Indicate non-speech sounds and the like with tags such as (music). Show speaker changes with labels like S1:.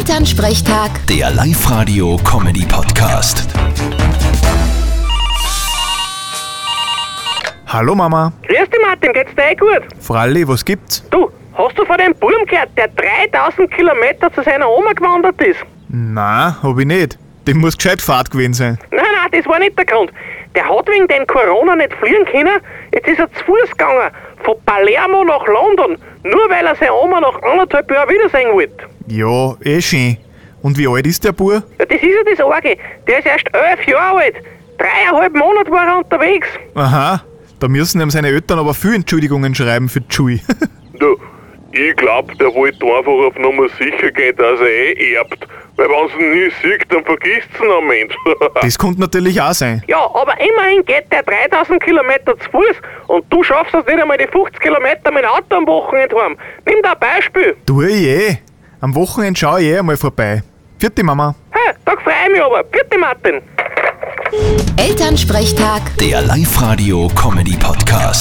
S1: Elternsprechtag,
S2: Der Live-Radio-Comedy-Podcast.
S3: Hallo Mama.
S4: Grüß dich Martin, geht's dir eh gut?
S3: Fralli, was gibt's?
S4: Du, hast du von dem Burm gehört, der 3000 Kilometer zu seiner Oma gewandert ist?
S3: Na, hab ich nicht. Dem muss gescheit Fahrt gewesen sein.
S4: Nein, nein, das war nicht der Grund. Der hat wegen den Corona nicht fliehen können, jetzt ist er zu Fuß gegangen, von Palermo nach London, nur weil er seine Oma nach anderthalb Jahren wiedersehen wollte.
S3: Ja, eh schön. Und wie alt ist der Bur?
S4: Ja, das ist ja das Arge, der ist erst elf Jahre alt, dreieinhalb Monate war er unterwegs.
S3: Aha, da müssen ihm seine Eltern aber viel Entschuldigungen schreiben für Chui.
S5: Du, ich glaub, der wollte einfach auf Nummer sicher gehen, dass er eh erbt. Weil wenn's ihn nie sieht, dann vergisst's ihn am (laughs) Ende.
S3: (laughs) das konnte natürlich auch sein.
S4: Ja, aber immerhin geht der 3000 Kilometer zu Fuß und du schaffst es nicht einmal die 50 Kilometer mit dem Auto am Wochenende heim. Nimm da ein Beispiel.
S3: Du je. eh. Am Wochenende schau ich eh einmal vorbei. Vierte Mama.
S4: Hey, da freue ich mich aber. Bitte, Martin.
S1: Elternsprechtag.
S2: Der Live-Radio-Comedy-Podcast.